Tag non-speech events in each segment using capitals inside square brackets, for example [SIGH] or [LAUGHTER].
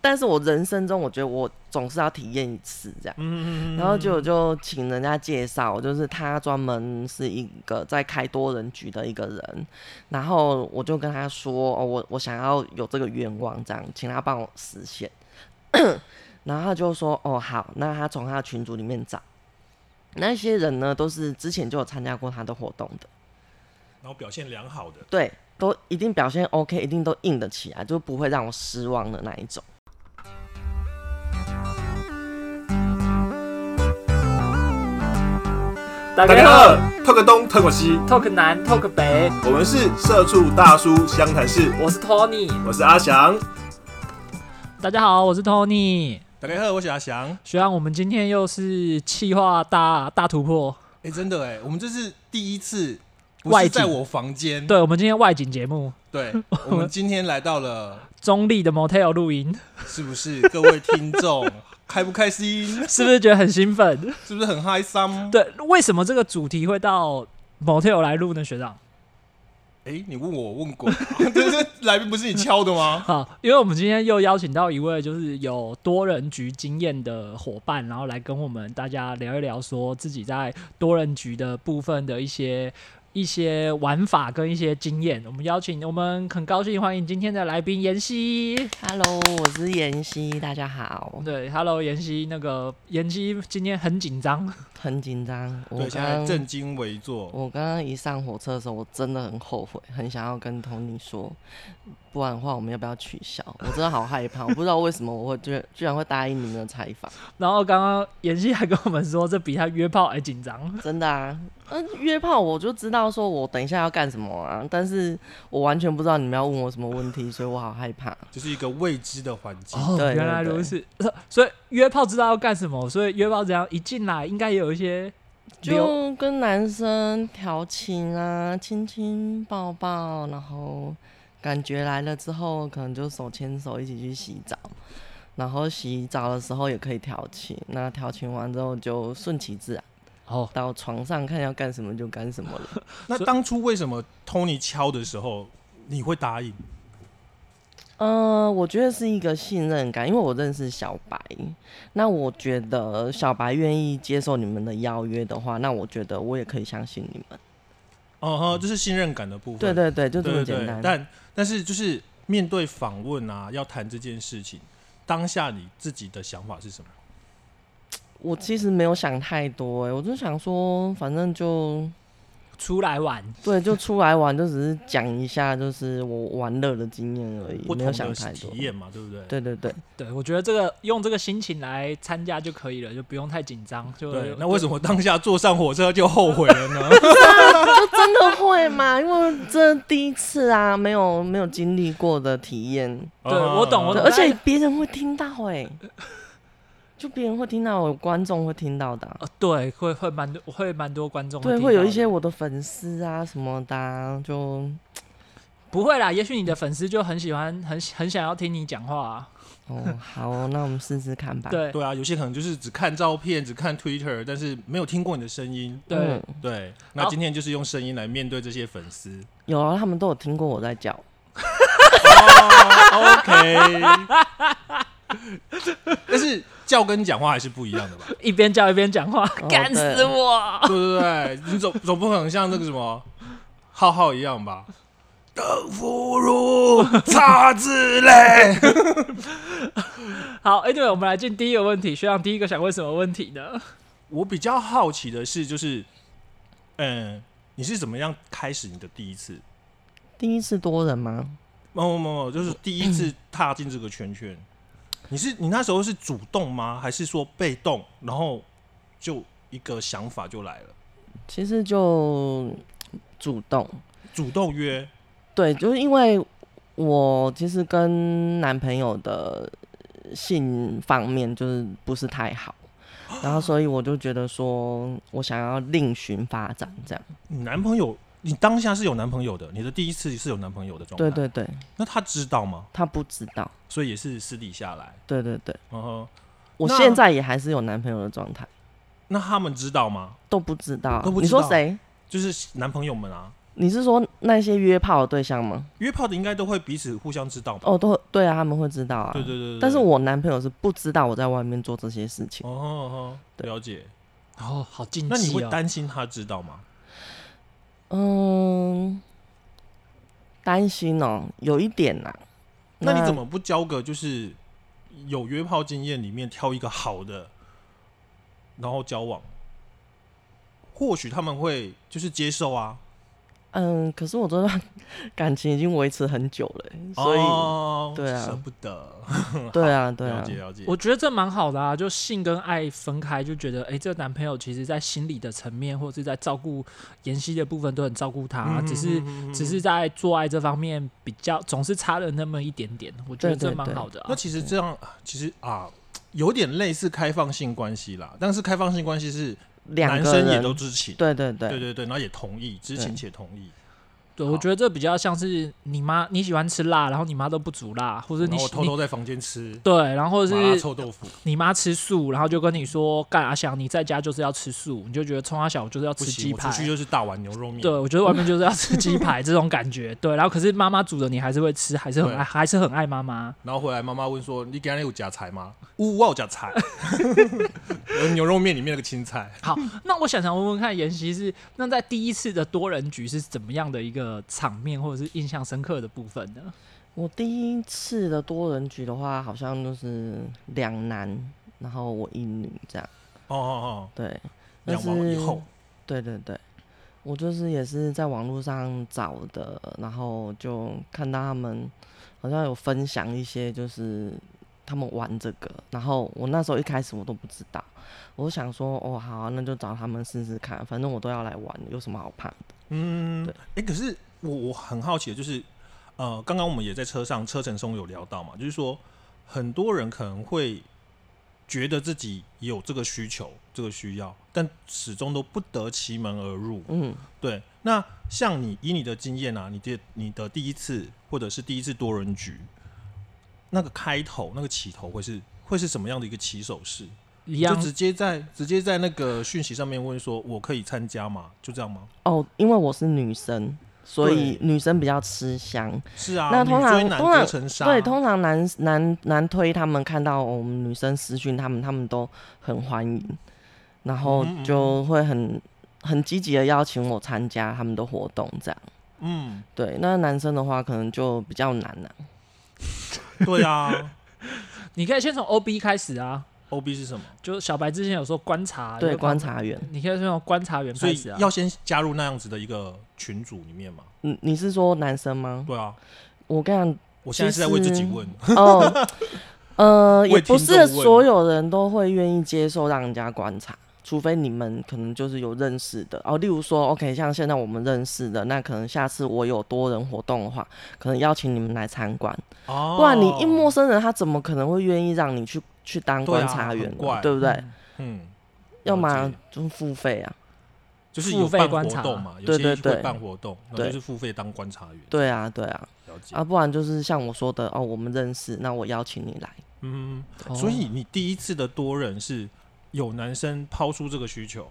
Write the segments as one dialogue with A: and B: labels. A: 但是我人生中我觉得我总是要体验一次这样。
B: 嗯，
A: 然后就我就请人家介绍，就是他专门是一个在开多人局的一个人，然后我就跟他说，哦，我我想要有这个愿望，这样，请他帮我实现。 [CLEARS THROAT] 然后他就说，哦，好，那他从他的群组里面找，那些人呢都是之前就有参加过他的活动的，
B: 然后表现良好的，
A: 对，都一定表现 OK，一定都硬得起来，就不会让我失望的那一种。
C: 大
D: 大家
C: 家
D: 好，透个东，透个西，
C: 好，Talk 南 Talk 北，
D: 我们是社畜大叔湘潭市，
C: 我是 Tony。
D: 我是阿翔。
C: 大家好，我是 Tony。
B: 大家好，我是阿翔。
C: 学长，我们今天又是气化大大突破，
B: 哎、真的哎、我们这是第一次，不
C: 外
B: 是
C: 景
B: 在我房间，
C: 对我们今天外景节目，
B: 对，我们今天来到了，
C: 中立的 Motel 录音， [LAUGHS]
B: 是不是？各位听 [LAUGHS] 众开不开心？
C: 是不是觉得很兴奋？
B: 是不是很嗨桑？
C: 对，为什么这个主题会到 Motel 来录呢？学长，
B: 哎、你问我，我问过， [LAUGHS] 这这来宾不是你敲的吗？
C: 好，因为我们今天又邀请到一位就是有多人局经验的伙伴，然后来跟我们大家聊一聊，说自己在多人局的部分的一些一些玩法跟一些经验。我们邀请，我们很高兴欢迎今天的来宾妍希。
A: Hello，我是妍希，大家好，
C: 对，Hello，妍希，那个妍希今天很紧张，
A: 很紧张，我
B: 对，现在
A: 刚
B: 正襟危坐，
A: 我刚刚一上火车的时候，我真的很后悔，很想要跟 Tony 说，不然的话我们要不要取消？我真的好害怕，我不知道为什么我会居然居然会答应你们的采访，
C: 然后刚刚妍希还跟我们说，这比他约炮还紧张。
A: 真的啊。嗯，约炮我就知道说我等一下要干什么啊，但是我完全不知道你们要问我什么问题，所以我好害怕。
B: 就是一个未知的环境。
C: 哦
A: 对对
C: 原来如此。所以约炮知道要干什么，所以约炮只要一进来，应该也有一些流
A: 就跟男生调情啊，亲亲抱抱，然后感觉来了之后，可能就手牵手一起去洗澡，然后洗澡的时候也可以调情。那调情完之后就顺其自然，
C: 哦，
A: 到床上看要干什么就干什么了。
B: 那当初为什么 Tony 敲的时候你会答应？
A: 呃，我觉得是一个信任感，因为我认识小白，那我觉得小白愿意接受你们的邀约的话，那我觉得我也可以相信你们。
B: 哦、哼，就是信任感的部分。
A: 对对对，就这
B: 对
A: 么
B: 对
A: 简单。
B: 对，但但是就是面对访问啊，要谈这件事情，当下你自己的想法是什么？
A: 我其实没有想太多、欸，我就想说，反正就
C: 出来玩。
A: 对，就出来玩，就只是讲一下，就是我玩乐的经验而已，
B: 不
A: 嗯没
B: 同
A: 有想
B: 的
A: 太
B: 体
A: 多。
B: 验嘛，对不对？
A: 对对对，
C: 对，我觉得这个用这个心情来参加就可以了，就不用太紧张。就
B: 对那为什么当下坐上火车就后悔了
A: [LAUGHS]
B: 呢？ [LAUGHS]
A: 真的会嘛？因为这第一次啊，没有没有经历过的体验，
C: 对
B: 啊
C: 我懂我
A: 对而
C: 懂
A: 且别人会听到哎、就别人会听到，有观众会听到的啊、
C: 呃，对，会会蛮多哦会蛮多观众
A: 对，
C: 听
A: 会有
C: 到
A: 一些
C: 的
A: 我的粉丝啊什么的啊、就
C: 不会啦，也许你的粉丝就很喜欢，很很想要听你讲话、啊。
A: 哦好哦那我们试试看吧。
C: 对
B: 对啊，有些可能就是只看照片、只看 Twitter，但是没有听过你的声音。
C: 对、
A: 嗯
B: 对，那今天就是用声音来面对这些粉
C: [LAUGHS]
B: 丝。
A: 有啊，他们都有听过我在叫。
B: 哦 OK，但是叫跟讲话还是不一样的吧？
C: 一边叫一边讲话，
A: 哦
C: 干
A: 对
C: 死我！
B: 对
C: [LAUGHS]
B: 不对？你总总不可能像那个什么浩浩一样吧？豆腐乳叉子嘞，
C: 好，哎、对，我们来进第一个问题，学长第一个想问什么问题呢？
B: 我比较好奇的是，就是，嗯，你是怎么样开始你的第一次？
A: 第一次多人吗？
B: 没没没，就是第一次踏进这个圈圈，你是你那时候是主动吗？还是说被动？然后就一个想法就来了，
A: 其实就主动，
B: 主动约
A: 对，就是因为我其实跟男朋友的性方面就是不是太好，
B: [GASPS]
A: 然后所以我就觉得说我想要另寻发展这样。
B: 你男朋友。你当下是有男朋友的，你的第一次是有男朋友的状态。
A: 对对对，
B: 那他知道吗？
A: 他不知道。
B: 所以也是私底下来。
A: 对对对，
B: 嗯哼，
A: 我
B: 那
A: 现在也还是有男朋友的状态，
B: 那他们知道吗？
A: 都不知道啊。
B: 都不
A: 你
B: 知道
A: 说谁？
B: 就是男朋友们啊，
A: 你是说那些约炮的对象吗？
B: 约炮的应该都会彼此互相知道吧？
A: 哦，都对啊，他们会知道啊。
B: 对对对对。
A: 但是我男朋友是不知道我在外面做这些事情，
B: 哦哦哦，了解。
C: 哦，好禁
B: 那你
C: 忌
A: 啊
B: 会
C: 哦。
B: 担心他知道吗？
A: 嗯，担心哦，有一点呐、
B: 那你怎么不交个就是有约炮经验里面挑一个好的，然后交往？或许他们会就是接受啊，
A: 嗯，可是我这段感情已经维持很久了欸，所以、
B: 哦
A: 对啊
B: 舍不得，
A: 对啊，对
B: 了
A: 啊，
B: 解了解。
C: 我觉得这蛮好的啊，就性跟爱分开，就觉得哎、诶这个男朋友其实在心理的层面，或者是在照顾妍希的部分都很照顾她、
B: 嗯
C: 只是只是在做爱这方面比较总是差了那么一点点，我觉得
A: 对
C: 这
A: 对
C: 蛮
A: 对
C: 好的、啊
B: 那其实这样，其实啊，有点类似开放性关系啦，但是开放性关系是
A: 两
B: 男
A: 个
B: 生
A: 人
B: 也都知情，
A: 对对对
B: 对对对，然后也同意，知情且同意。
C: 对，我
B: 好
C: 觉得这比较像是你妈你喜欢吃辣，然后你妈都不煮辣，或者
B: 然
C: 你
B: 后哦我
C: 喜
B: 偷
C: 你
B: 偷在房间吃
C: 对，然后或
B: 麻辣
C: 者是
B: 臭豆腐，
C: 你妈吃素，然后就跟你说干阿翔，你在家就是要吃素，你就觉得冲阿小我就是要
B: 不
C: 吃
B: 行，
C: 鸡
B: 我
C: 排
B: 出，去就是大碗牛肉面。
C: 对，我觉得外面就是要吃鸡排这种感觉，对。然后可是妈妈煮的你还是会吃，还是很
B: 对
C: 爱，还是很爱妈妈。
B: 然后回来妈妈问说：“你今天有夹菜吗？”呜，我有夹菜， [LAUGHS] 有牛肉面里面那个青菜。
C: 好，那我想想问问看，妍希是那在第一次的多人局是怎么样的一个场面，或者是印象深刻的部分呢？
A: 我第一次的多人局的话，好像就是两男，然后我一女这样。
B: 哦哦哦，
A: 对，但
B: 两
A: 是
B: 完以后，
A: 对对对，我就是也是在网络上找的，然后就看到他们好像有分享一些，就是他们玩这个，然后我那时候一开始我都不知道，我想说哦好啊、那就找他们试试看，反正我都要来玩，有什么好怕的？
B: 嗯
A: 对，
B: 哎，可是我我很好奇的就是，呃，刚刚我们也在车上车程中有聊到嘛，就是说很多人可能会觉得自己有这个需求、这个需要，但始终都不得其门而入。
A: 嗯，
B: 对，那像你以你的经验啊，你的你的第一次或者是第一次多人局，那个开头那个起头会是会是什么样的一个起手式？
C: 一
B: 就
C: 样
B: 直接在直接在那个讯息上面问说，我可以参加吗？就这样吗？
A: 哦，因为我是女生，所以女生比较吃香，
B: 是啊，
A: 那通常
B: 女追男
A: 通常
B: 隔层纱，
A: 对，通常男男男推他们看到我们女生私讯他们，他们都很欢迎，然后
B: 嗯哼嗯哼
A: 就会很很积极的邀请我参加他们的活动，这样。
B: 嗯，
A: 对，那男生的话可能就比较难啊了、
B: 对啊 [LAUGHS]
C: 你可以先从 O B 开始啊，
B: ，O B 是什么？
C: 就小白之前有说观
B: 啊
C: 察，
A: 对，
C: 有
A: 观，察员，
C: 你可以先从观察员
B: 所
C: 开
B: 以
C: 始啊。
B: 要先加入那样子的一个群组里面嘛？
A: 你嗯你是说男生吗？
B: 对啊，
A: 我跟你
B: 我现在是在为自己
A: 其实
B: 问，
A: 讲，哦，呃，也
B: 为
A: 不
B: 听众
A: 是
B: 问
A: 所有人都会愿意接受让人家观察。除非你们可能就是有认识的哦，例如说，OK，像现在我们认识的，那可能下次我有多人活动的话，可能邀请你们来参观，
B: [LAUGHS] 哦
A: 不然你一，陌生人，他怎么可能会愿意让你去去当
B: 对啊
A: 观察员
B: 很
A: 呢、
B: 怪
A: 对不对？
B: 嗯，
A: 要么
B: 了解
A: 就是付费啊，
B: 就是
C: 付
B: 有
C: 费
B: 办
C: 观
B: 活
C: 察
B: 动嘛，有
A: 对
B: 些
A: 对
B: 会
A: 对
B: 办活动，然后
A: 对
B: 就是付费当观察员，
A: 对啊，对啊，
B: 了解。
A: 啊，不然就是像我说的哦，我们认识，那我邀请你来，
B: 嗯，
C: 哦
B: 所以你第一次的多人是有男生抛出这个需求，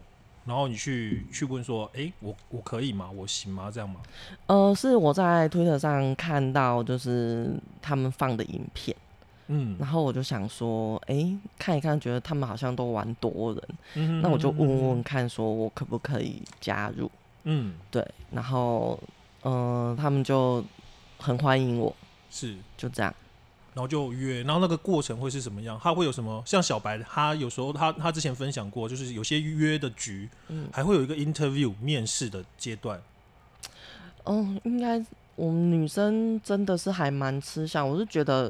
B: 然后你去去问说，诶，我我可以吗？我行吗？这样吗？
A: 呃，是我在推特上看到就是他们放的影片，
B: 嗯，
A: 然后我就想说，哎、看一看，觉得他们好像都玩多人，
B: 嗯
A: 那我就问问，看，说我可不可以加入？
B: 嗯，
A: 对，然后嗯、呃他们就很欢迎我，
B: 是。
A: 就这样。
B: 然后就约，然后那个过程会是什么样？他会有什么？像小白，他有时候他他之前分享过，就是有些约的局，
A: 嗯
B: 还会有一个 interview 面试的阶段。
A: 嗯，应该我们女生真的是还蛮吃香，我是觉得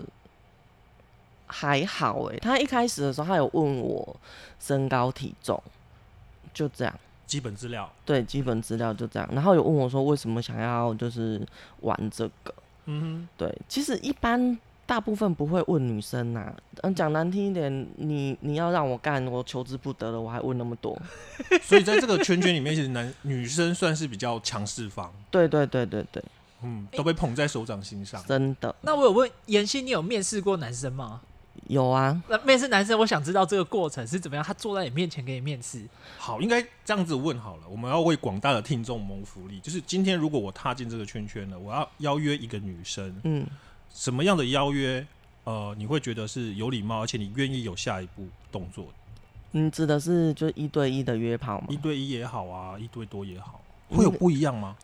A: 还好诶、她一开始的时候，她有问我身高体重，就这样，
B: 基本资料，
A: 对，基本资料就这样。然后有问我说为什么想要就是玩这个，
B: 嗯
A: 对，其实一般大部分不会问女生呐、嗯，讲难听一点，你你要让我干，我求之不得了，我还问那么
B: [LAUGHS]
A: 多。
B: 哼，所以在这个圈圈里面，其实男女生算是比较强势方，
A: 对对对对对，
B: 嗯，都被捧在手掌心上。
A: 真的
C: 那我有问妍希，你有面试过男生吗？
A: 有啊，
C: 那面试男生，我想知道这个过程是怎么样，他坐在你面前给你面试，
B: 好，应该这样子问好了。我们要为广大的听众谋福利，就是今天如果我踏进这个圈圈了，我要邀约一个女生，
A: 嗯，
B: 什么样的邀约，呃，你会觉得是有礼貌，而且你愿意有下一步动作，
A: 你指的是就一对一的约炮吗
B: 一？对一也好啊，一对多也好，会有不一样吗？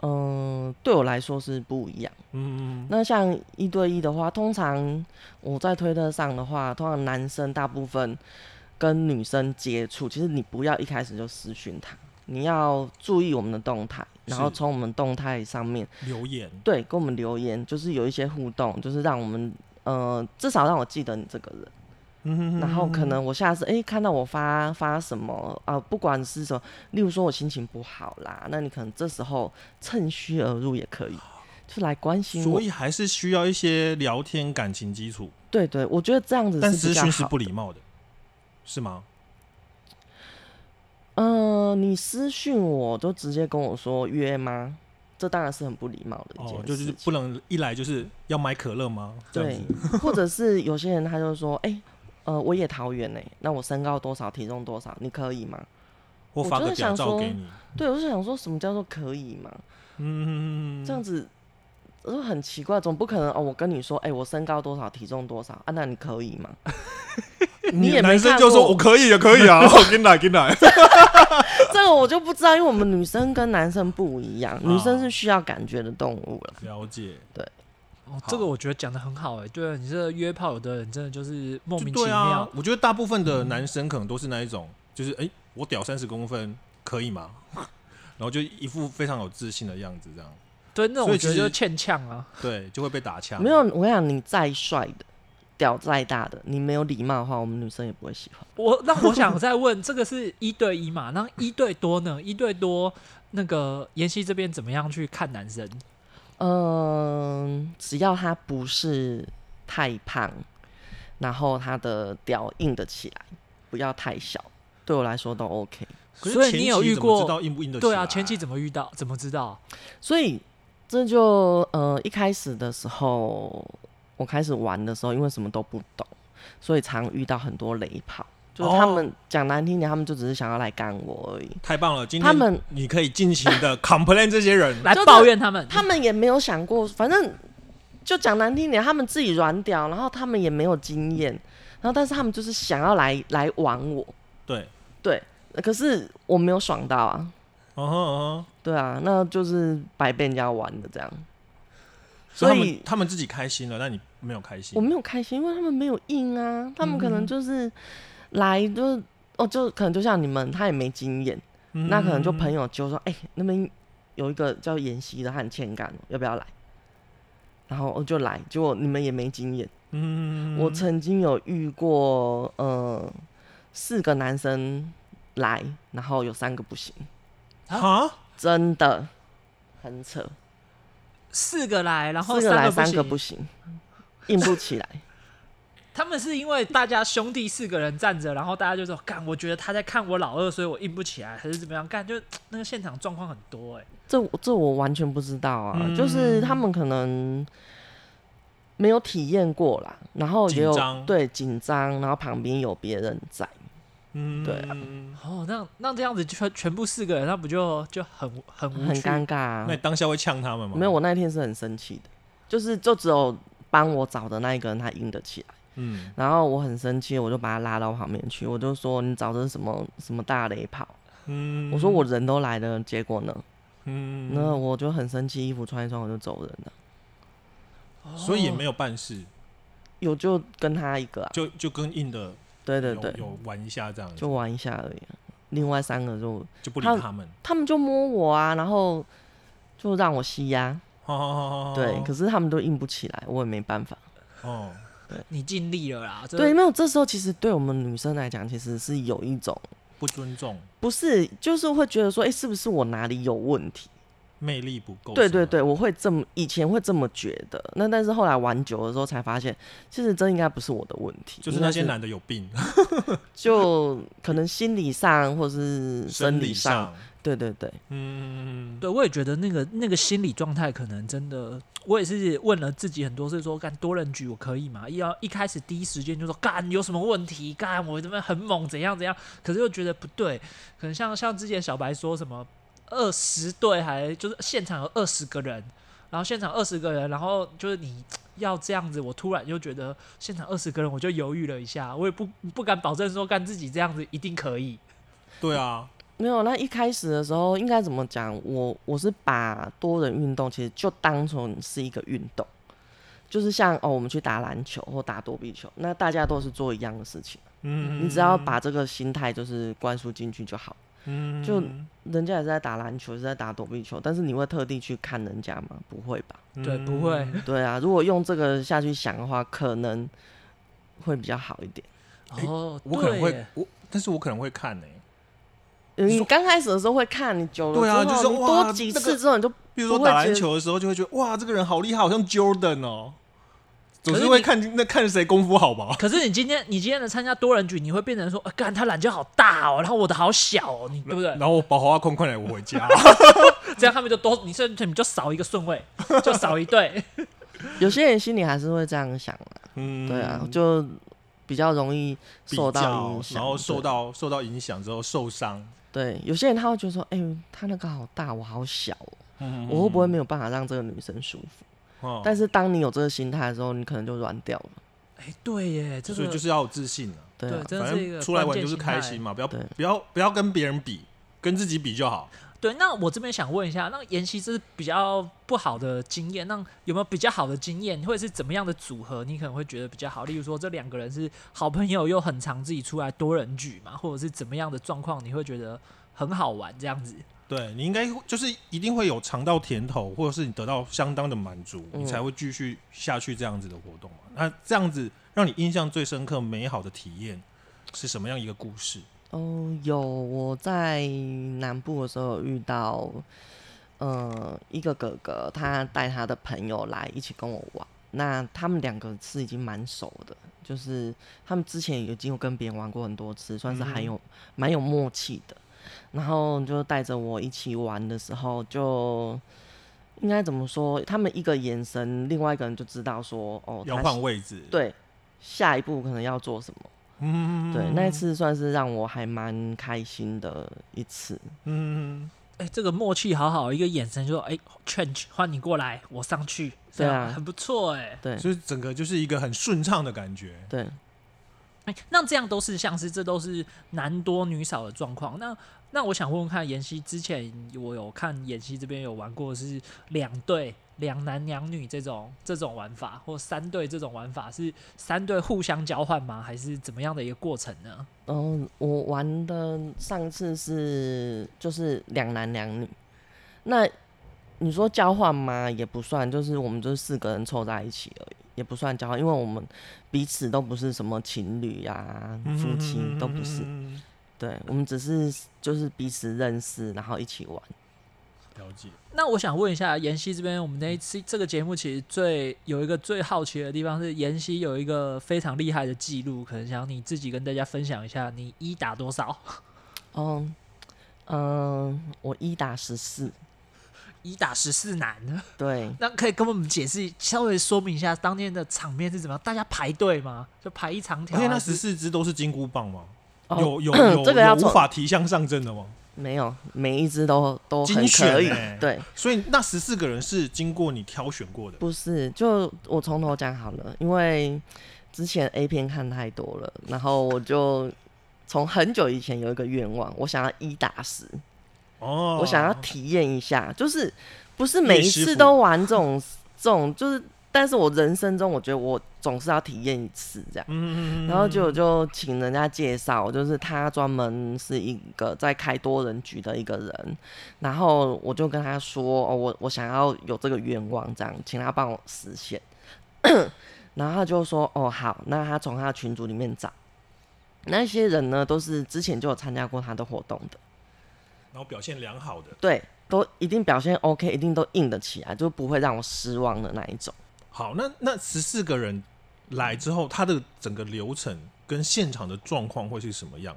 A: 嗯、对我来说是不一样。
B: 嗯，
A: 那像一对一的话，通常我在推特上的话，通常男生大部分跟女生接触，其实你不要一开始就私讯他，你要注意我们的动态，然后
B: 是
A: 从我们动态上面
B: 留言
A: 对跟我们留言，就是有一些互动，就是让我们呃至少让我记得你这个人。
B: 嗯
A: 然后可能我下次哎、诶看到我发发什么啊、不管是什么，例如说我心情不好啦，那你可能这时候趁虚而入也可以，就来关心我
B: 所。以还是需要一些聊天感情基础，
A: 对对，我觉得这样子
B: 但
A: 是
B: 私
A: 比较
B: 讯是
A: 好
B: 不。礼貌的，是吗？
A: 嗯、你私讯我就直接跟我说约吗？这当然是很不礼貌的一件事情。
B: 哦，就是不能一来就是要买可乐吗？这样
A: 对
B: 子，
A: 或者是有些人他就说，哎、呃，我也桃园呢、那我身高多少，体重多少，你可以吗？
B: 或发
A: 我
B: 个
A: 就是
B: 屌
A: 想
B: 照
A: 说
B: 给你，
A: 对，我就想说什么叫做可以吗？
B: 嗯，
A: 这样子就很奇怪，总不可能哦。我跟你说，哎、我身高多少，体重多少啊？那你可以吗？ [LAUGHS] 你也没
B: 男生
A: 看
B: 就说
A: 过
B: 我可以也可
A: [LAUGHS]
B: 以啊，我跟你来跟你来，
A: 这个我就不知道，因为我们女生跟男生不一样，女生
B: 哦
A: 是需要感觉的动物了。
B: 了解，
C: 哦
B: 好，
C: 这个我觉得讲的很好哎、对你这约炮，有的人真的就是莫
B: 就
C: 名其
B: 对
C: 妙，
B: 啊，我觉得大部分
A: 嗯
B: 的男生可能都是那一种，就是哎、诶我屌三十公分可以吗？ [LAUGHS] 然后就一副非常有自信的样子，这样
C: 对那种
B: 所
C: 我
B: 以其
C: 觉得就是
B: 实
C: 欠呛啊。
B: 对，就会被打枪。
A: 没有，我跟你讲，你再帅的，屌再大的，你没有礼貌的话，我们女生也不会喜欢。
C: 我那我想再问，这个是一对一嘛？那一对多呢？一对多，那个妍希这边怎么样去看男生？
A: 嗯，只要他不是太胖，然后他的屌硬得起来，不要太小，对我来说都 OK。
B: 可是
C: 所以
B: 前
C: 你有
B: 期
C: 遇
B: 怎么
C: 过
B: 知道硬不硬的？
C: 对啊，前期怎么遇到？怎么知道？
A: 所以这就呃一开始的时候，我开始玩的时候，因为什么都不懂，所以常遇到很多雷炮，就是他们讲难听点，他们就只是想要来干我而已。
B: 太棒了！今天
A: 他们
B: 你可以尽情
A: [LAUGHS]
B: 的 complain 这些人，
C: 来
A: 就是
C: 抱怨他们？
A: 他们也没有想过，反正就讲难听点，他们自己软屌，然后他们也没有经验，然后但是他们就是想要来来玩我，
B: 对，
A: 对，可是我没有爽到啊，
B: 嗯哼嗯哼，
A: 对啊，那就是白被人家玩的这样。
B: 所
A: 所
B: 以
A: 以
B: 他们他们自己开心了，但你没有开心
A: 我，没有开心，因为他们没有硬啊，他们可能就是来就是哦，就可能就像你们，他也没经验，
B: 嗯
A: 那可能就朋友就说，哎、那边有一个叫妍希的，他很欠干，要不要来？然后我就来，结果你们也没经验。
B: 嗯，
A: 我曾经有遇过，呃，四个男生来，然后有三个不行，
B: 哈，
A: 啊真的很扯，
C: 四个来，然后
A: 四个来三
C: 个
A: 个
C: 不
A: 不
C: 行。
A: 行，硬不起来。
C: 他们是因为大家兄弟四个人站着，然后大家就说：“干，我觉得他在看我老二，所以我硬不起来，还是怎么样？”干，就那个现场状况很多哎、
A: 这我这我完全不知道啊，
B: 嗯
A: 就是他们可能没有体验过啦，然后也有
B: 紧张
A: 对紧张，然后旁边有别人在，
B: 嗯，
A: 对啊
C: 哦，那那这样子全全部四个人，那不就就很很无
A: 很
C: 趣
A: 尴尬、啊
B: 那你。当下会呛他们吗？
A: 没有，，我那天是很生气的，就是就只有帮我找的那一个人他硬得起来，
B: 嗯，
A: 然后我很生气，我就把他拉到旁边去，我就说你找的是什么什么大雷炮，
B: 嗯
A: 我说我人都来了，结果呢，
B: 嗯
A: 那我就很生气，衣服穿一穿我就走人了，
B: 所以也没有办事，
A: 有就跟他一个啊，
B: 就就跟硬的
A: 对对
B: 有
A: 对，
B: 有玩一下这样子，
A: 就
B: 就
A: 玩一下而已啊、另外三个就
B: 不理
A: 他
B: 他们。
A: 他们就摸我啊，然后就让我吸呀、
B: 哦，
A: 对，可是他们都硬不起来，我也没办法。
B: 哦，
C: 你尽力了啦，这
A: 对，没有，这时候其实对我们女生来讲，其实是有一种
B: 不尊重，
A: 不是，就是会觉得说，哎、是不是我哪里有问题？
B: 魅力不够。
A: 对
B: 哦是吗
A: 对，对，我会这么以前会这么觉得，那但是后来玩久了之后才发现，其实真应该不是我的问题，
B: 就是
A: 应该
B: 那些男的有病，
A: 就可能心理上或是
B: 生
A: 理
B: 上，
A: 对对对，
B: 嗯，
C: 对，我也觉得那个那个心理状态可能真的，我也是问了自己很多次说，干多人局我可以吗？一要一开始第一时间就说干有什么问题，干我这边很猛，怎样怎样，可是又觉得不对，可能像像之前小白说什么二十对还就是现场有二十个人，然后现场二十个人，然后就是你要这样子，我突然就觉得现场二十个人我就犹豫了一下，我也不不敢保证说干自己这样子一定可以。
B: 对啊，
A: 没有，那一开始的时候应该怎么讲？我我是把多人运动其实就当成是一个运动，就是像哦，我们去打篮球或打躲避球，那大家都是做一样的事情，
B: 嗯，
A: 你只要把这个心态就是灌输进去就好。
B: 嗯，
A: 就人家也是在打篮球，也是在打躲避球，但是你会特地去看人家吗？不会吧？
B: 嗯
C: 对，不会。哦
A: 对啊，如果用这个下去想的话，可能会比较好一点。
C: 哦，
B: 我可能
C: 对
B: 会
C: 耶
B: 我，但是我可能会看呢、
A: 呃
B: 你
A: 你
B: 说
A: 刚开始的时候会看，你久了
B: 对啊
A: 之后
B: 就是
A: 你
B: 哇
A: 多几
B: 那个
A: 次之后你就
B: 比如说
A: 不会
B: 打篮
A: 觉得
B: 球的时候，就会觉得哇，这个人好厉害，好像 Jordan 哦，总
C: 可
B: 是
C: 是
B: 会
C: 你
B: 看那看谁功夫好吧？
C: 可是你今天你今天的参加多人局，你会变成说，啊干、他懒觉好大哦，然后我的好小哦，你对不对
B: 然？后把华花空快来我
A: [LAUGHS]
B: 回家，
C: 这样他们就多，你甚至你就少一个顺位，就少一
B: [LAUGHS]
C: 对。
A: 有些人心里还是会这样想啊。
B: 嗯，
A: 对啊，就比较容易
B: 比
A: 受到
B: 较
A: 影响，
B: 然后受
A: 对
B: 到受到影响之后受伤，
A: 对有些人他会觉得说，哎、呦，他那个好大，我好小、哦，
B: 嗯
A: 我会不会没有办法让这个女生舒服？
B: 哦
A: 但是当你有这个心态的时候，你可能就软掉了。
C: 哎、对耶，这
B: 所
C: 个
B: 以就是要有自信啊，
A: 对
C: 对
A: 啊，
C: 真的
B: 反
C: 是一个
B: 正出来
C: 关
B: 玩
C: 键
B: 就是
C: 心态
B: 开心嘛，不要
A: 对
B: 不要不要跟别人比，跟自己比就好。
C: 对，那我这边想问一下，那妍希这是比较不好的经验，那有没有比较好的经验，或者是怎么样的组合，你可能会觉得比较好？例如说，这两个人是好朋友，又很常自己出来多人局嘛，或者是怎么样的状况，你会觉得很好玩这样子？
B: 对你应该就是一定会有尝到甜头，或者是你得到相当的满足，
A: 嗯
B: 你才会继续下去这样子的活动嘛。那这样子让你印象最深刻、美好的体验是什么样一个故事？
A: 哦，有我在南部的时候有遇到，呃，一个哥哥，他带他的朋友来一起跟我玩。那他们两个是已经蛮熟的，就是他们之前已经有跟别人玩过很多次，算是
B: 嗯
A: 还有蛮、有默契的。然后就带着我一起玩的时候，就应该怎么说？他们一个眼神，另外一个人就知道说，哦，
B: 要
A: 他
B: 换位置，，
A: 对下一步可能要做什么。
B: 嗯，
A: 对，那一次算是让我还蛮开心的一次。
B: 嗯，
C: 哎、这个默契好好，一个眼神就说，哎、c h a n g e 换你过来，我上去，这
A: 对啊
C: 样、很不错哎、
A: 对
B: 就是整个就是一个很顺畅的感觉。
A: 对，
C: 哎、那这样都是像是这都是男多女少的状况。那那我想问问看，妍希之前我有看妍希这边有玩过是两队两男两女这种这种玩法，或三队这种玩法，是三队互相交换吗？还是怎么样的一个过程呢？
A: 然后呃我玩的上次是就是两男两女，那你说交换吗？也不算，就是我们就是四个人凑在一起而已，也不算交换，因为我们彼此都不是什么情侣呀、夫妻都不是，
B: 嗯
A: 对我们只是就是彼此认识，然后一起玩。
B: 嗯了解。
C: 那我想问一下，妍希这边，我们那一次这个节目其实最有一个最好奇的地方是，妍希有一个非常厉害的记录，可能想要你自己跟大家分享一下，你一打多少？
A: 哦，嗯，我一打十四，
C: 一打十四难，
A: 对，
C: 那可以跟我们解释，稍微说明一下当天的场面是怎么样？大家排队吗？就排一长条
B: 而
C: 还
B: 且
C: 是？
B: 那十四只都是金箍棒吗？
A: 哦 [CLEARS THROAT]
B: 有有有
A: 这个要
B: 有无
A: 从
B: 法提向上阵的吗？
A: 没有，每一只都都很
B: 精选
A: 可以。
B: 欸
A: 对，
B: 所以那十四个人是经过你挑选过的，
A: 不是，就我从头讲好了，因为之前 A 片看太多了，然后我就从很久以前有一个愿望，我想要一打十，
B: 哦，
A: 我想要体验一下，就是不是每一
B: 叶师
A: 次
B: 傅
A: 都玩这种这种，就是但是我人生中我觉得我总是要体验一次这样。
B: 嗯，嗯，嗯
A: 然后就我就请人家介绍，就是他专门是一个在开多人局的一个人，然后我就跟他说，哦，我我想要有这个愿望，这样，请他帮我实现。 [COUGHS] 然后他就说，哦，好，那他从他的群组里面找，那些人呢都是之前就有参加过他的活动的，
B: 然后表现良好的，
A: 对，都一定表现 OK，一定都硬得起来，就不会让我失望的那一种。
B: 好，那那十四个人来之后，他的整个流程跟现场的状况会是什么样？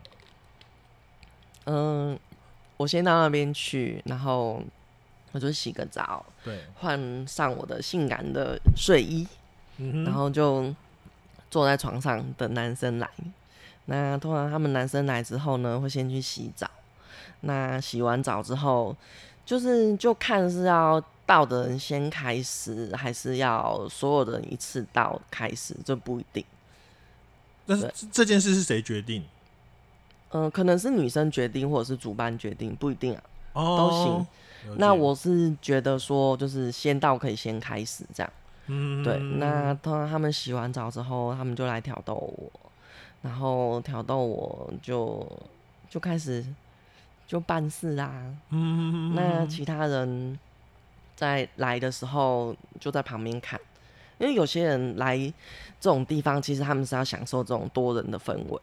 A: 嗯，我先到那边去，然后我就洗个澡，
B: 对，
A: 换上我的性感的睡衣，
B: 嗯
A: 然
B: 哼，
A: 后就坐在床上等男生来。那通常他们男生来之后呢，会先去洗澡。那洗完澡之后，就是就看是要到的人先开始，还是要所有的人一次到开始，这不一定。
B: 但是这这件事是谁决定？
A: 嗯、可能是女生决定，或者是主办决定，不一定啊，都行。
B: 哦，了解
A: 那我是觉得说，就是先到可以先开始这样。
B: 嗯
A: 对，那通常他们洗完澡之后，他们就来挑逗我，然后挑逗我就就开始就办事啦。
B: 嗯
A: 那其他人在来的时候就在旁边看，因为有些人来这种地方，其实他们是要享受这种多人的氛围，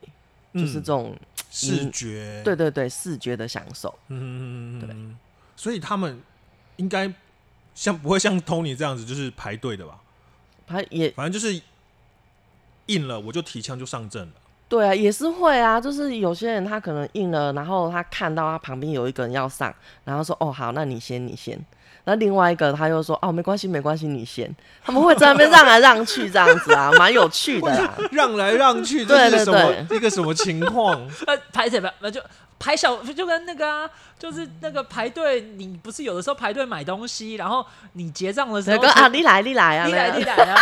A: 就是这
B: 嗯
A: 种
B: 视觉，
A: 对对对视觉的享受。
B: 嗯，
A: 对
B: 对，所以他们应该像不会像 Tony 这样子，就是排队的吧？
A: 他也
B: 反正就是硬了，我就提枪就上阵了。
A: 对啊，也是会啊，就是有些人他可能硬了，然后他看到他旁边有一个人要上，然后说哦好，那你先你先。那另外一个他又说哦没关系没关系你先，他们会在那边让来让去这样子啊，蛮有趣的啦。
B: 让来让去，
A: 对
B: 这是什
A: 对
B: 么一个什么情况？
C: 呃，排什么？那就排小，呃就跟那个啊，就是那个排队，你不是有的时候排队买东西，然后你结账的时
A: 谁
C: 候
A: 哥啊，你来你来啊，
C: 你来
A: 那
C: 你
A: 样
C: 来啊，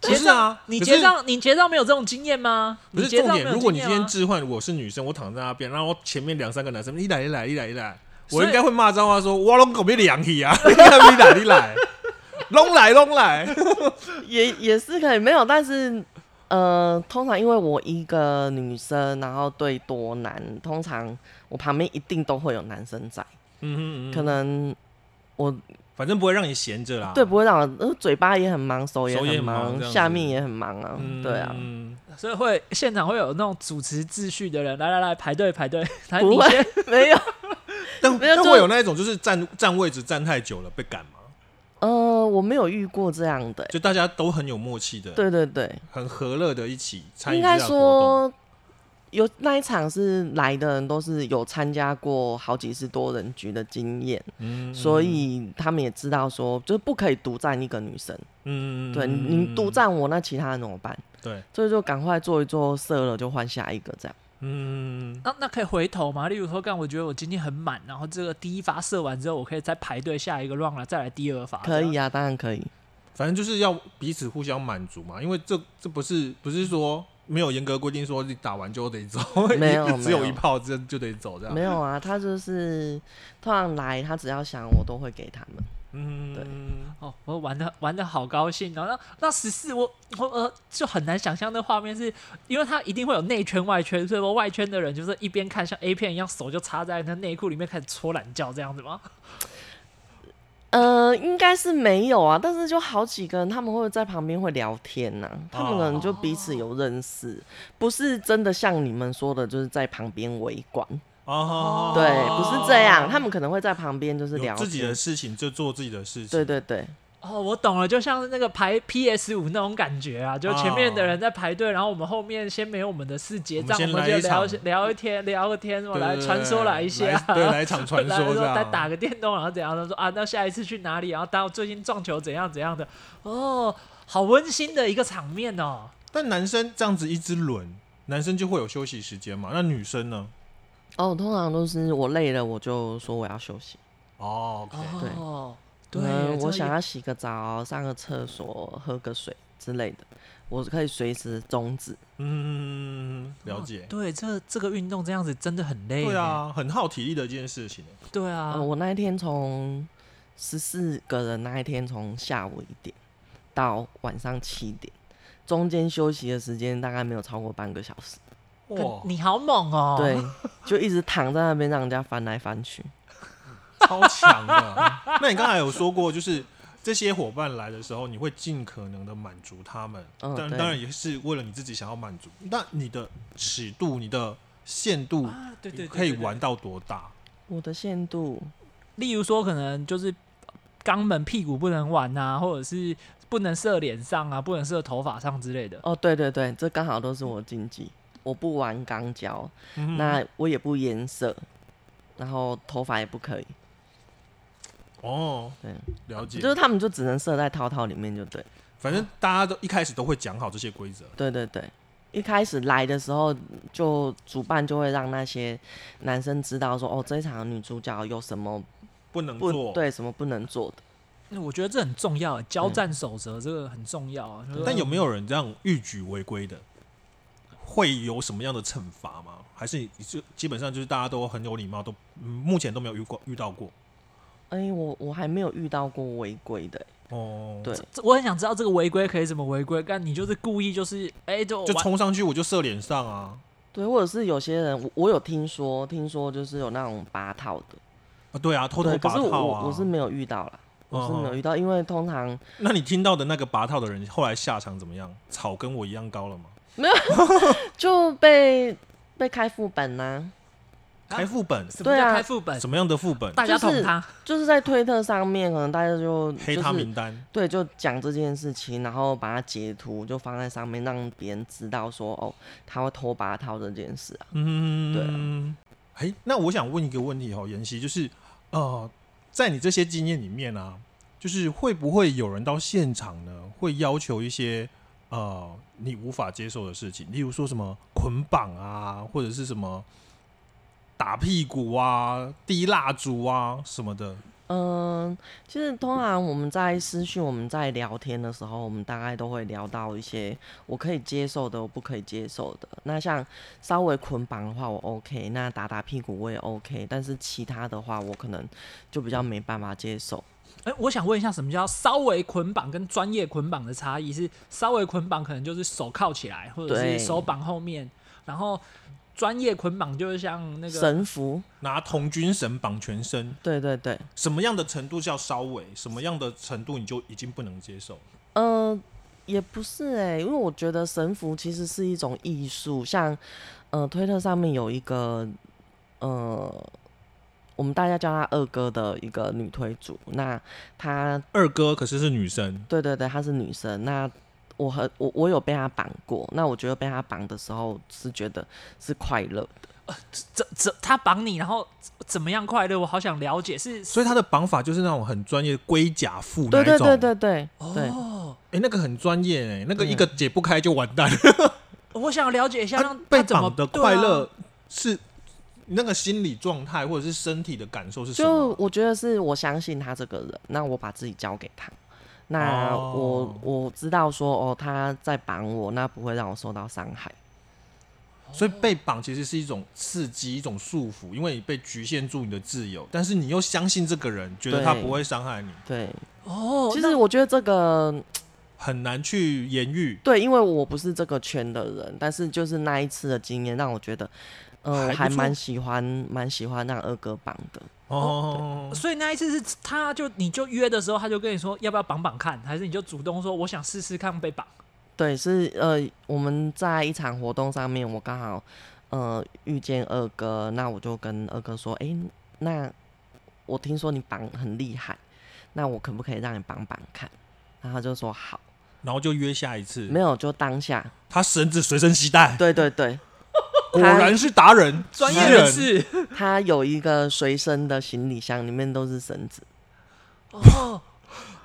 B: 不
C: 结
B: 是啊
C: 账你
B: 可
C: 结
B: 是
C: 账你结账没有这种经验吗？
B: 不
C: 你
B: 是
C: 结
B: 重
C: 账
B: 点，
C: 没有
B: 如果
C: 经
B: 你
C: 验
B: 今天？
C: 吗
B: 置换我是女生，我躺在那边，然后前面两三个男生一来一来一来一来，
C: 所
B: 我
C: 以
B: 应该会骂脏话说：“我拢狗被凉去啊！” [LAUGHS] 你来你来你来，拢来拢来。
A: 也也是可以没有，但是呃，通常因为我一个女生，然后对多男，通常我旁边一定都会有男生在，
B: 嗯嗯
A: 可
B: 嗯，
A: 能我
B: 反正不会让你闲着啦。
A: 对，不会让我、呃、嘴巴也很忙，手也
B: 手也
A: 很
B: 很忙这样子
A: 下面也很忙啊，
B: 嗯
A: 对啊，
B: 嗯
C: 所以会现场会有那种主持秩序的人，来来来排队
B: [LAUGHS]
C: 排队，来
A: 不
C: 你
A: 会
C: 先
A: 没有，
B: 但
A: 没有
B: 但
A: 就
B: 会有那一种就是站站位置站太久了被赶嘛，
A: 呃，我没有遇过这样的欸、
B: 就大家都很有默契的，
A: 对对对，
B: 很和乐的一起参与
A: 应
B: 这样
A: 该
B: 的活动。
A: 说有那一场是来的人都是有参加过好几次多人局的经验，
B: 嗯
A: 所以他们也知道说，就是不可以独占一个女生，
B: 嗯，嗯
A: 对
B: 嗯
A: 你你独占我，那其他人怎么办？
B: 对，
A: 所以就赶快做一做，射了就换下一个这样。
B: 嗯，嗯嗯
C: 那那可以回头吗？例如说，干，我觉得我今天很满，然后这个第一发射完之后，我可以再排队下一个 round 了，再来第二发。
A: 可以
C: 啊，
A: 啊，当然可以。
B: 反正就是要彼此互相满足嘛，因为这这不是不是说没有严格规定说你打完就得走，
A: 没有
B: 只
A: 没
B: 有
A: 有
B: [LAUGHS] 一炮这就得走这样。
A: 没有啊，他就是通常来，他只要想我都会给他们。
B: 嗯，
A: 对
C: 哦，我玩的玩的好高兴哦。那那十四，我我呃就很难想象那画面是，因为它一定会有内圈外圈，所以说外圈的人就是一边看像 A 片一样，手就插在那内裤里面开始搓懒觉这样子吗？
A: 呃，应该是没有啊，但是就好几个人，他们会在旁边会聊天呐、他们可能就彼此
B: 哦
A: 有认识，不是真的像你们说的，就是在旁边围观，
B: 哦，
A: 对，不是这样，他们可能会在旁边就是聊
B: 有自己
A: 天
B: 的事情就做自己的事情，
A: 对对对，
C: 哦，我懂了，就像那个排 PS 五那种感觉啊，就前面的人在排队，然后我们后面先没有我们的事结账，
B: 哦我
C: 我
B: 们
C: 们
B: 先
C: 就
B: 来一
C: 聊
B: 场
C: 聊一天，聊个天，我
B: 对，
C: 来
B: 对
C: 传说来一些、啊，
B: 来对，
C: [LAUGHS]
B: 来一场传
C: 来
B: 说这
C: 说
B: 样，
C: 再打个电动，然后怎样？他说啊，那下一次去哪里？然后到最近撞球怎样怎样的？哦，好温馨的一个场面哦。
B: 但男生这样子一直轮，男生就会有休息时间嘛？那女生呢？
A: 哦，通常都是我累了，我就说我要休息，
B: 哦，OK，
C: 哦，对
A: 可，能
C: 这
A: 呃我想
C: 也
A: 要洗个澡、上个厕所、喝个水之类的，我可以随时终止。
B: 嗯，了解。
C: 对，这这个运动这样子真的很累。
B: 对，啊，很耗体力的一件事情。
C: 对啊
A: 呃，，我那一天从十四个人那一天从下午一点到晚上七点，中间休息的时间大概没有超过半个小时。
C: 跟
B: 哇，
C: 你好猛哦。
A: 对，就一直躺在那边让人家翻来翻去。
B: 超强的。 [LAUGHS] 那你刚才有说过，就是这些伙伴来的时候，你会尽可能的满足他们，
A: 嗯
B: 但
A: 对
B: 当然也是为了你自己想要满足。那你的尺度、你的限度
C: 啊，对对，对
B: 可以。
C: 对
B: 玩到多大？
A: 我的限度，
C: 例如说，可能就是肛门、屁股不能玩啊，或者是不能射脸上啊，不能射头发上之类的。
A: 哦，对对对，这刚好都是我禁忌。我不玩钢胶，那我也不颜色，然后头发也不可以，
B: 哦，
A: 对，
B: 了解
A: 就。是他们就只能设在套套里面就对，
B: 反正大家都一开始都会讲好这些规则，
A: 对对对。一开始来的时候，就主办就会让那些男生知道说，哦，这一场女主角有什么
B: 不能
A: 不
B: 做。
A: 对，什么不能做的。
C: 那我觉得这很重要，交战守则这个很重要啊。就是
B: 但有没有人这样欲举违规的？会有什么样的惩罚吗？还是你就基本上就是大家都很有礼貌，都、嗯目前都没有遇过遇到过
A: 哎、我我还没有遇到过违规的、
B: 哦。
A: 对，
C: 这我很想知道这个违规可以怎么违规？但你就是故意就是哎、就
B: 就
C: 玩
B: 冲上去我就射脸上啊！
A: 对，或者是有些人，我我有听说，听说就是有那种拔套的，
B: 啊，对啊，偷偷
A: 对，可
B: 拔
A: 是
B: 套
A: 我
B: 啊！
A: 我是没有遇到啦，我是没有
B: 嗯
A: 遇到，因为通常
B: 那你听到的那个拔套的人后来下场怎么样？草跟我一样高了吗？
A: 就被被开副本呐、
C: 啊
B: 开副本，
C: 什么
A: 对
C: 叫
A: 啊
C: 开副本？
B: 什么样的副本？
C: 大家
A: 就是
C: 捅他，
A: 就是在推特上面，可能大家就
B: 黑他
A: 就是
B: 名单。
A: 对，就讲这件事情，然后把它截图就放在上面，让别人知道说哦，他会偷拔套这件事啊。
B: 嗯，对。哎，那我想问一个问题哦，妍希，就是呃，在你这些经验里面啊，就是会不会有人到现场呢，会要求一些呃你无法接受的事情，例如说什么捆绑啊，或者是什么打屁股啊、滴蜡烛啊什么的？
A: 嗯，其实通常我们在私讯、我们在聊天的时候，我们大概都会聊到一些我可以接受的，我不可以接受的。那像稍微捆绑的话，我 OK；那打打屁股我也 OK，但是其他的话，我可能就比较没办法接受。
C: 哎、我想问一下，什么叫稍微捆绑跟专业捆绑的差异？是稍微捆绑可能就是手铐起来，或者是
A: 对
C: 手绑后面，然后专业捆绑就是像那个
A: 神符，
B: 拿童军绳绑全身，
A: 对对对，
B: 什么样的程度叫稍微，什么样的程度你就已经不能接受？
A: 嗯、也不是哎、因为我觉得神符其实是一种艺术，像呃，推特上面有一个呃，我们大家叫她二哥的一个女推主，那她
B: 二哥可是是女生，
A: 对对对，她是女生，那。我和我我有被她绑过，那我觉得被她绑的时候是觉得是快乐，
C: 怎怎他绑你，然后怎么样快乐？我好想了解是
B: 所以他的绑法就是那种很专业的龟甲妇那
A: 对
B: 一种。
A: 对对对对对，
C: 哦，
B: 哎、那个很专业哎、那个一个解不开就完蛋了。
C: 我想了解一下，
B: 他
C: 让
B: 啊被
C: 他怎么
B: 绑的
C: 对
B: 快
C: 啊
B: 乐是那个心理状态或者是身体的感受是什
A: 就
B: 么？
A: 我觉得是我相信他这个人，那我把自己交给他。那我、
B: 哦
A: 我知道说哦，他在绑我，那不会让我受到伤害。
B: 所以被绑其实是一种刺激，一种束缚，因为你被局限住你的自由，但是你又相信这个人，觉得他
A: 对
B: 不会伤害你，
A: 对，
C: 哦，
A: 其
C: 那
A: 实我觉得这个
B: 很难去言喻。
A: 对，因为我不是这个圈的人，但是就是那一次的经验让我觉得，
B: 还
A: 呃，
B: 不
A: 我还
B: 错
A: 蛮喜欢蛮喜欢让二哥绑的。
B: 哦，
C: 所以那一次是他就你就约的时候，他就跟你说要不要绑绑看，还是你就主动说我想试试看被绑？
A: 对，是呃，我们在一场活动上面，我刚好呃遇见二哥，那我就跟二哥说，诶，那我听说你绑很厉害，那我可不可以让你绑绑看？然后他就说好，
B: 然后就约下一次
A: 没，有就当下，
B: 他绳子随身携带，
A: 对对对，
B: 果然是达人，
C: 专业
B: 诗
C: 人士
A: 他有一个随身的行李箱，里面都是绳子，
C: 哦，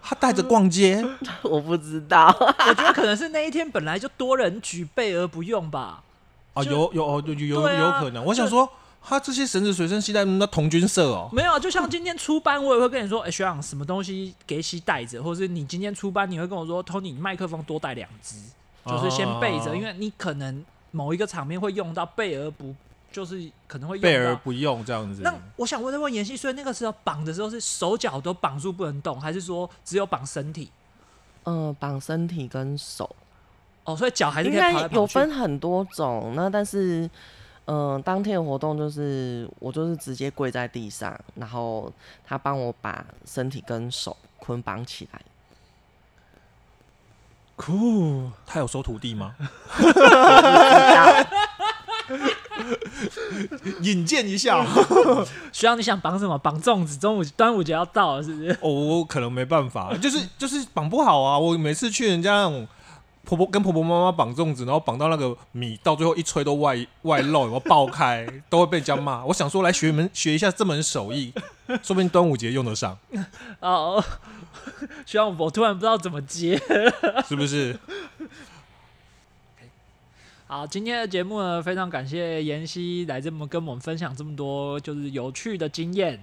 B: 他带着逛街，
A: [LAUGHS] 我不知道，
C: 我觉得可能是那一天本来就多人举备而不用吧。
B: 啊，
C: 就
B: 有有哦有有
C: 对啊
B: 有可能。我想
C: 就
B: 说，他这些绳子随身携带，那童军社哦，
C: 没有啊，就像今天出班，我也会跟你说，哎、学长，什么东西给西带着，或者是你今天出班，你会跟我说，Tony，你麦克风多带两支，就是
B: 哦
C: 先备
B: 啊
C: 着，因为你可能某一个场面会用到，备而不就是可能会
B: 备
C: 用
B: 而
C: 到。
B: 不用这样子。
C: 那我想问再问妍希，所以那个时候绑的时候是手脚都绑住不能动，还是说只有绑身体？
A: 嗯、绑身体跟手，
C: 哦，所以脚还是
A: 应
C: 可以跑
A: 该
C: 来跑
A: 有
C: 去。
A: 分很多种，那但是，嗯、当天的活动就是我就是直接跪在地上，然后他帮我把身体跟手捆绑起来。
B: 酷，他有收徒弟
C: [LAUGHS]
B: 吗？引荐一下
C: 学长，你想绑什么？绑粽子，中午端午节要到了，是不是？
B: 哦，我可能没办法，就是就是绑不好啊。我每次去人家那种婆婆跟婆婆妈妈绑粽子，然后绑到那个米到最后一吹都外外漏，有没有爆开，都会被人家骂。我想说来学一门学一下这门手艺，说不定端午节用得上，
C: 哦， [LAUGHS] 徐阳，我突然不知道怎么接。
B: 是不是？
C: 好，今天的节目呢，非常感谢妍希来这么跟我们分享这么多就是有趣的经验。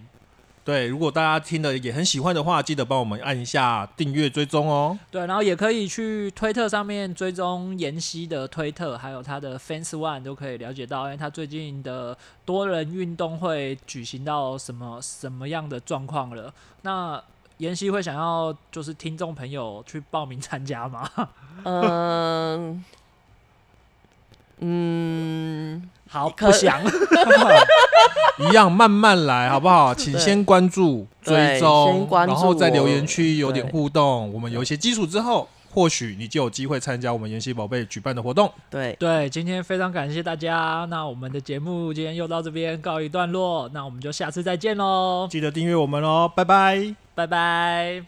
B: 对，如果大家听的也很喜欢的话，记得帮我们按一下订阅追踪哦。 [LAUGHS]
C: 对，然后也可以去推特上面追踪妍希的推特，还有她的 Fans One 都可以了解到，因为她最近的多人运动会举行到什么什么样的状况了。那妍希会想要就是听众朋友去报名参加吗？
A: 嗯嗯，
C: 好，
A: 可
C: 不想。 [LAUGHS]
B: 一样慢慢来，好不好？请
A: 对
B: 先关注、
A: 对
B: 追踪
A: 先，关注
B: 然后在留言区有点
A: 对
B: 互动。我们有一些基础之后，或许你就有机会参加我们妍希宝贝举办的活动。
A: 对，
C: 对，今天非常感谢大家，那我们的节目今天又到这边告一段落，那我们就下次再见喽，
B: 记得订阅我们哦，拜拜。
C: 拜拜。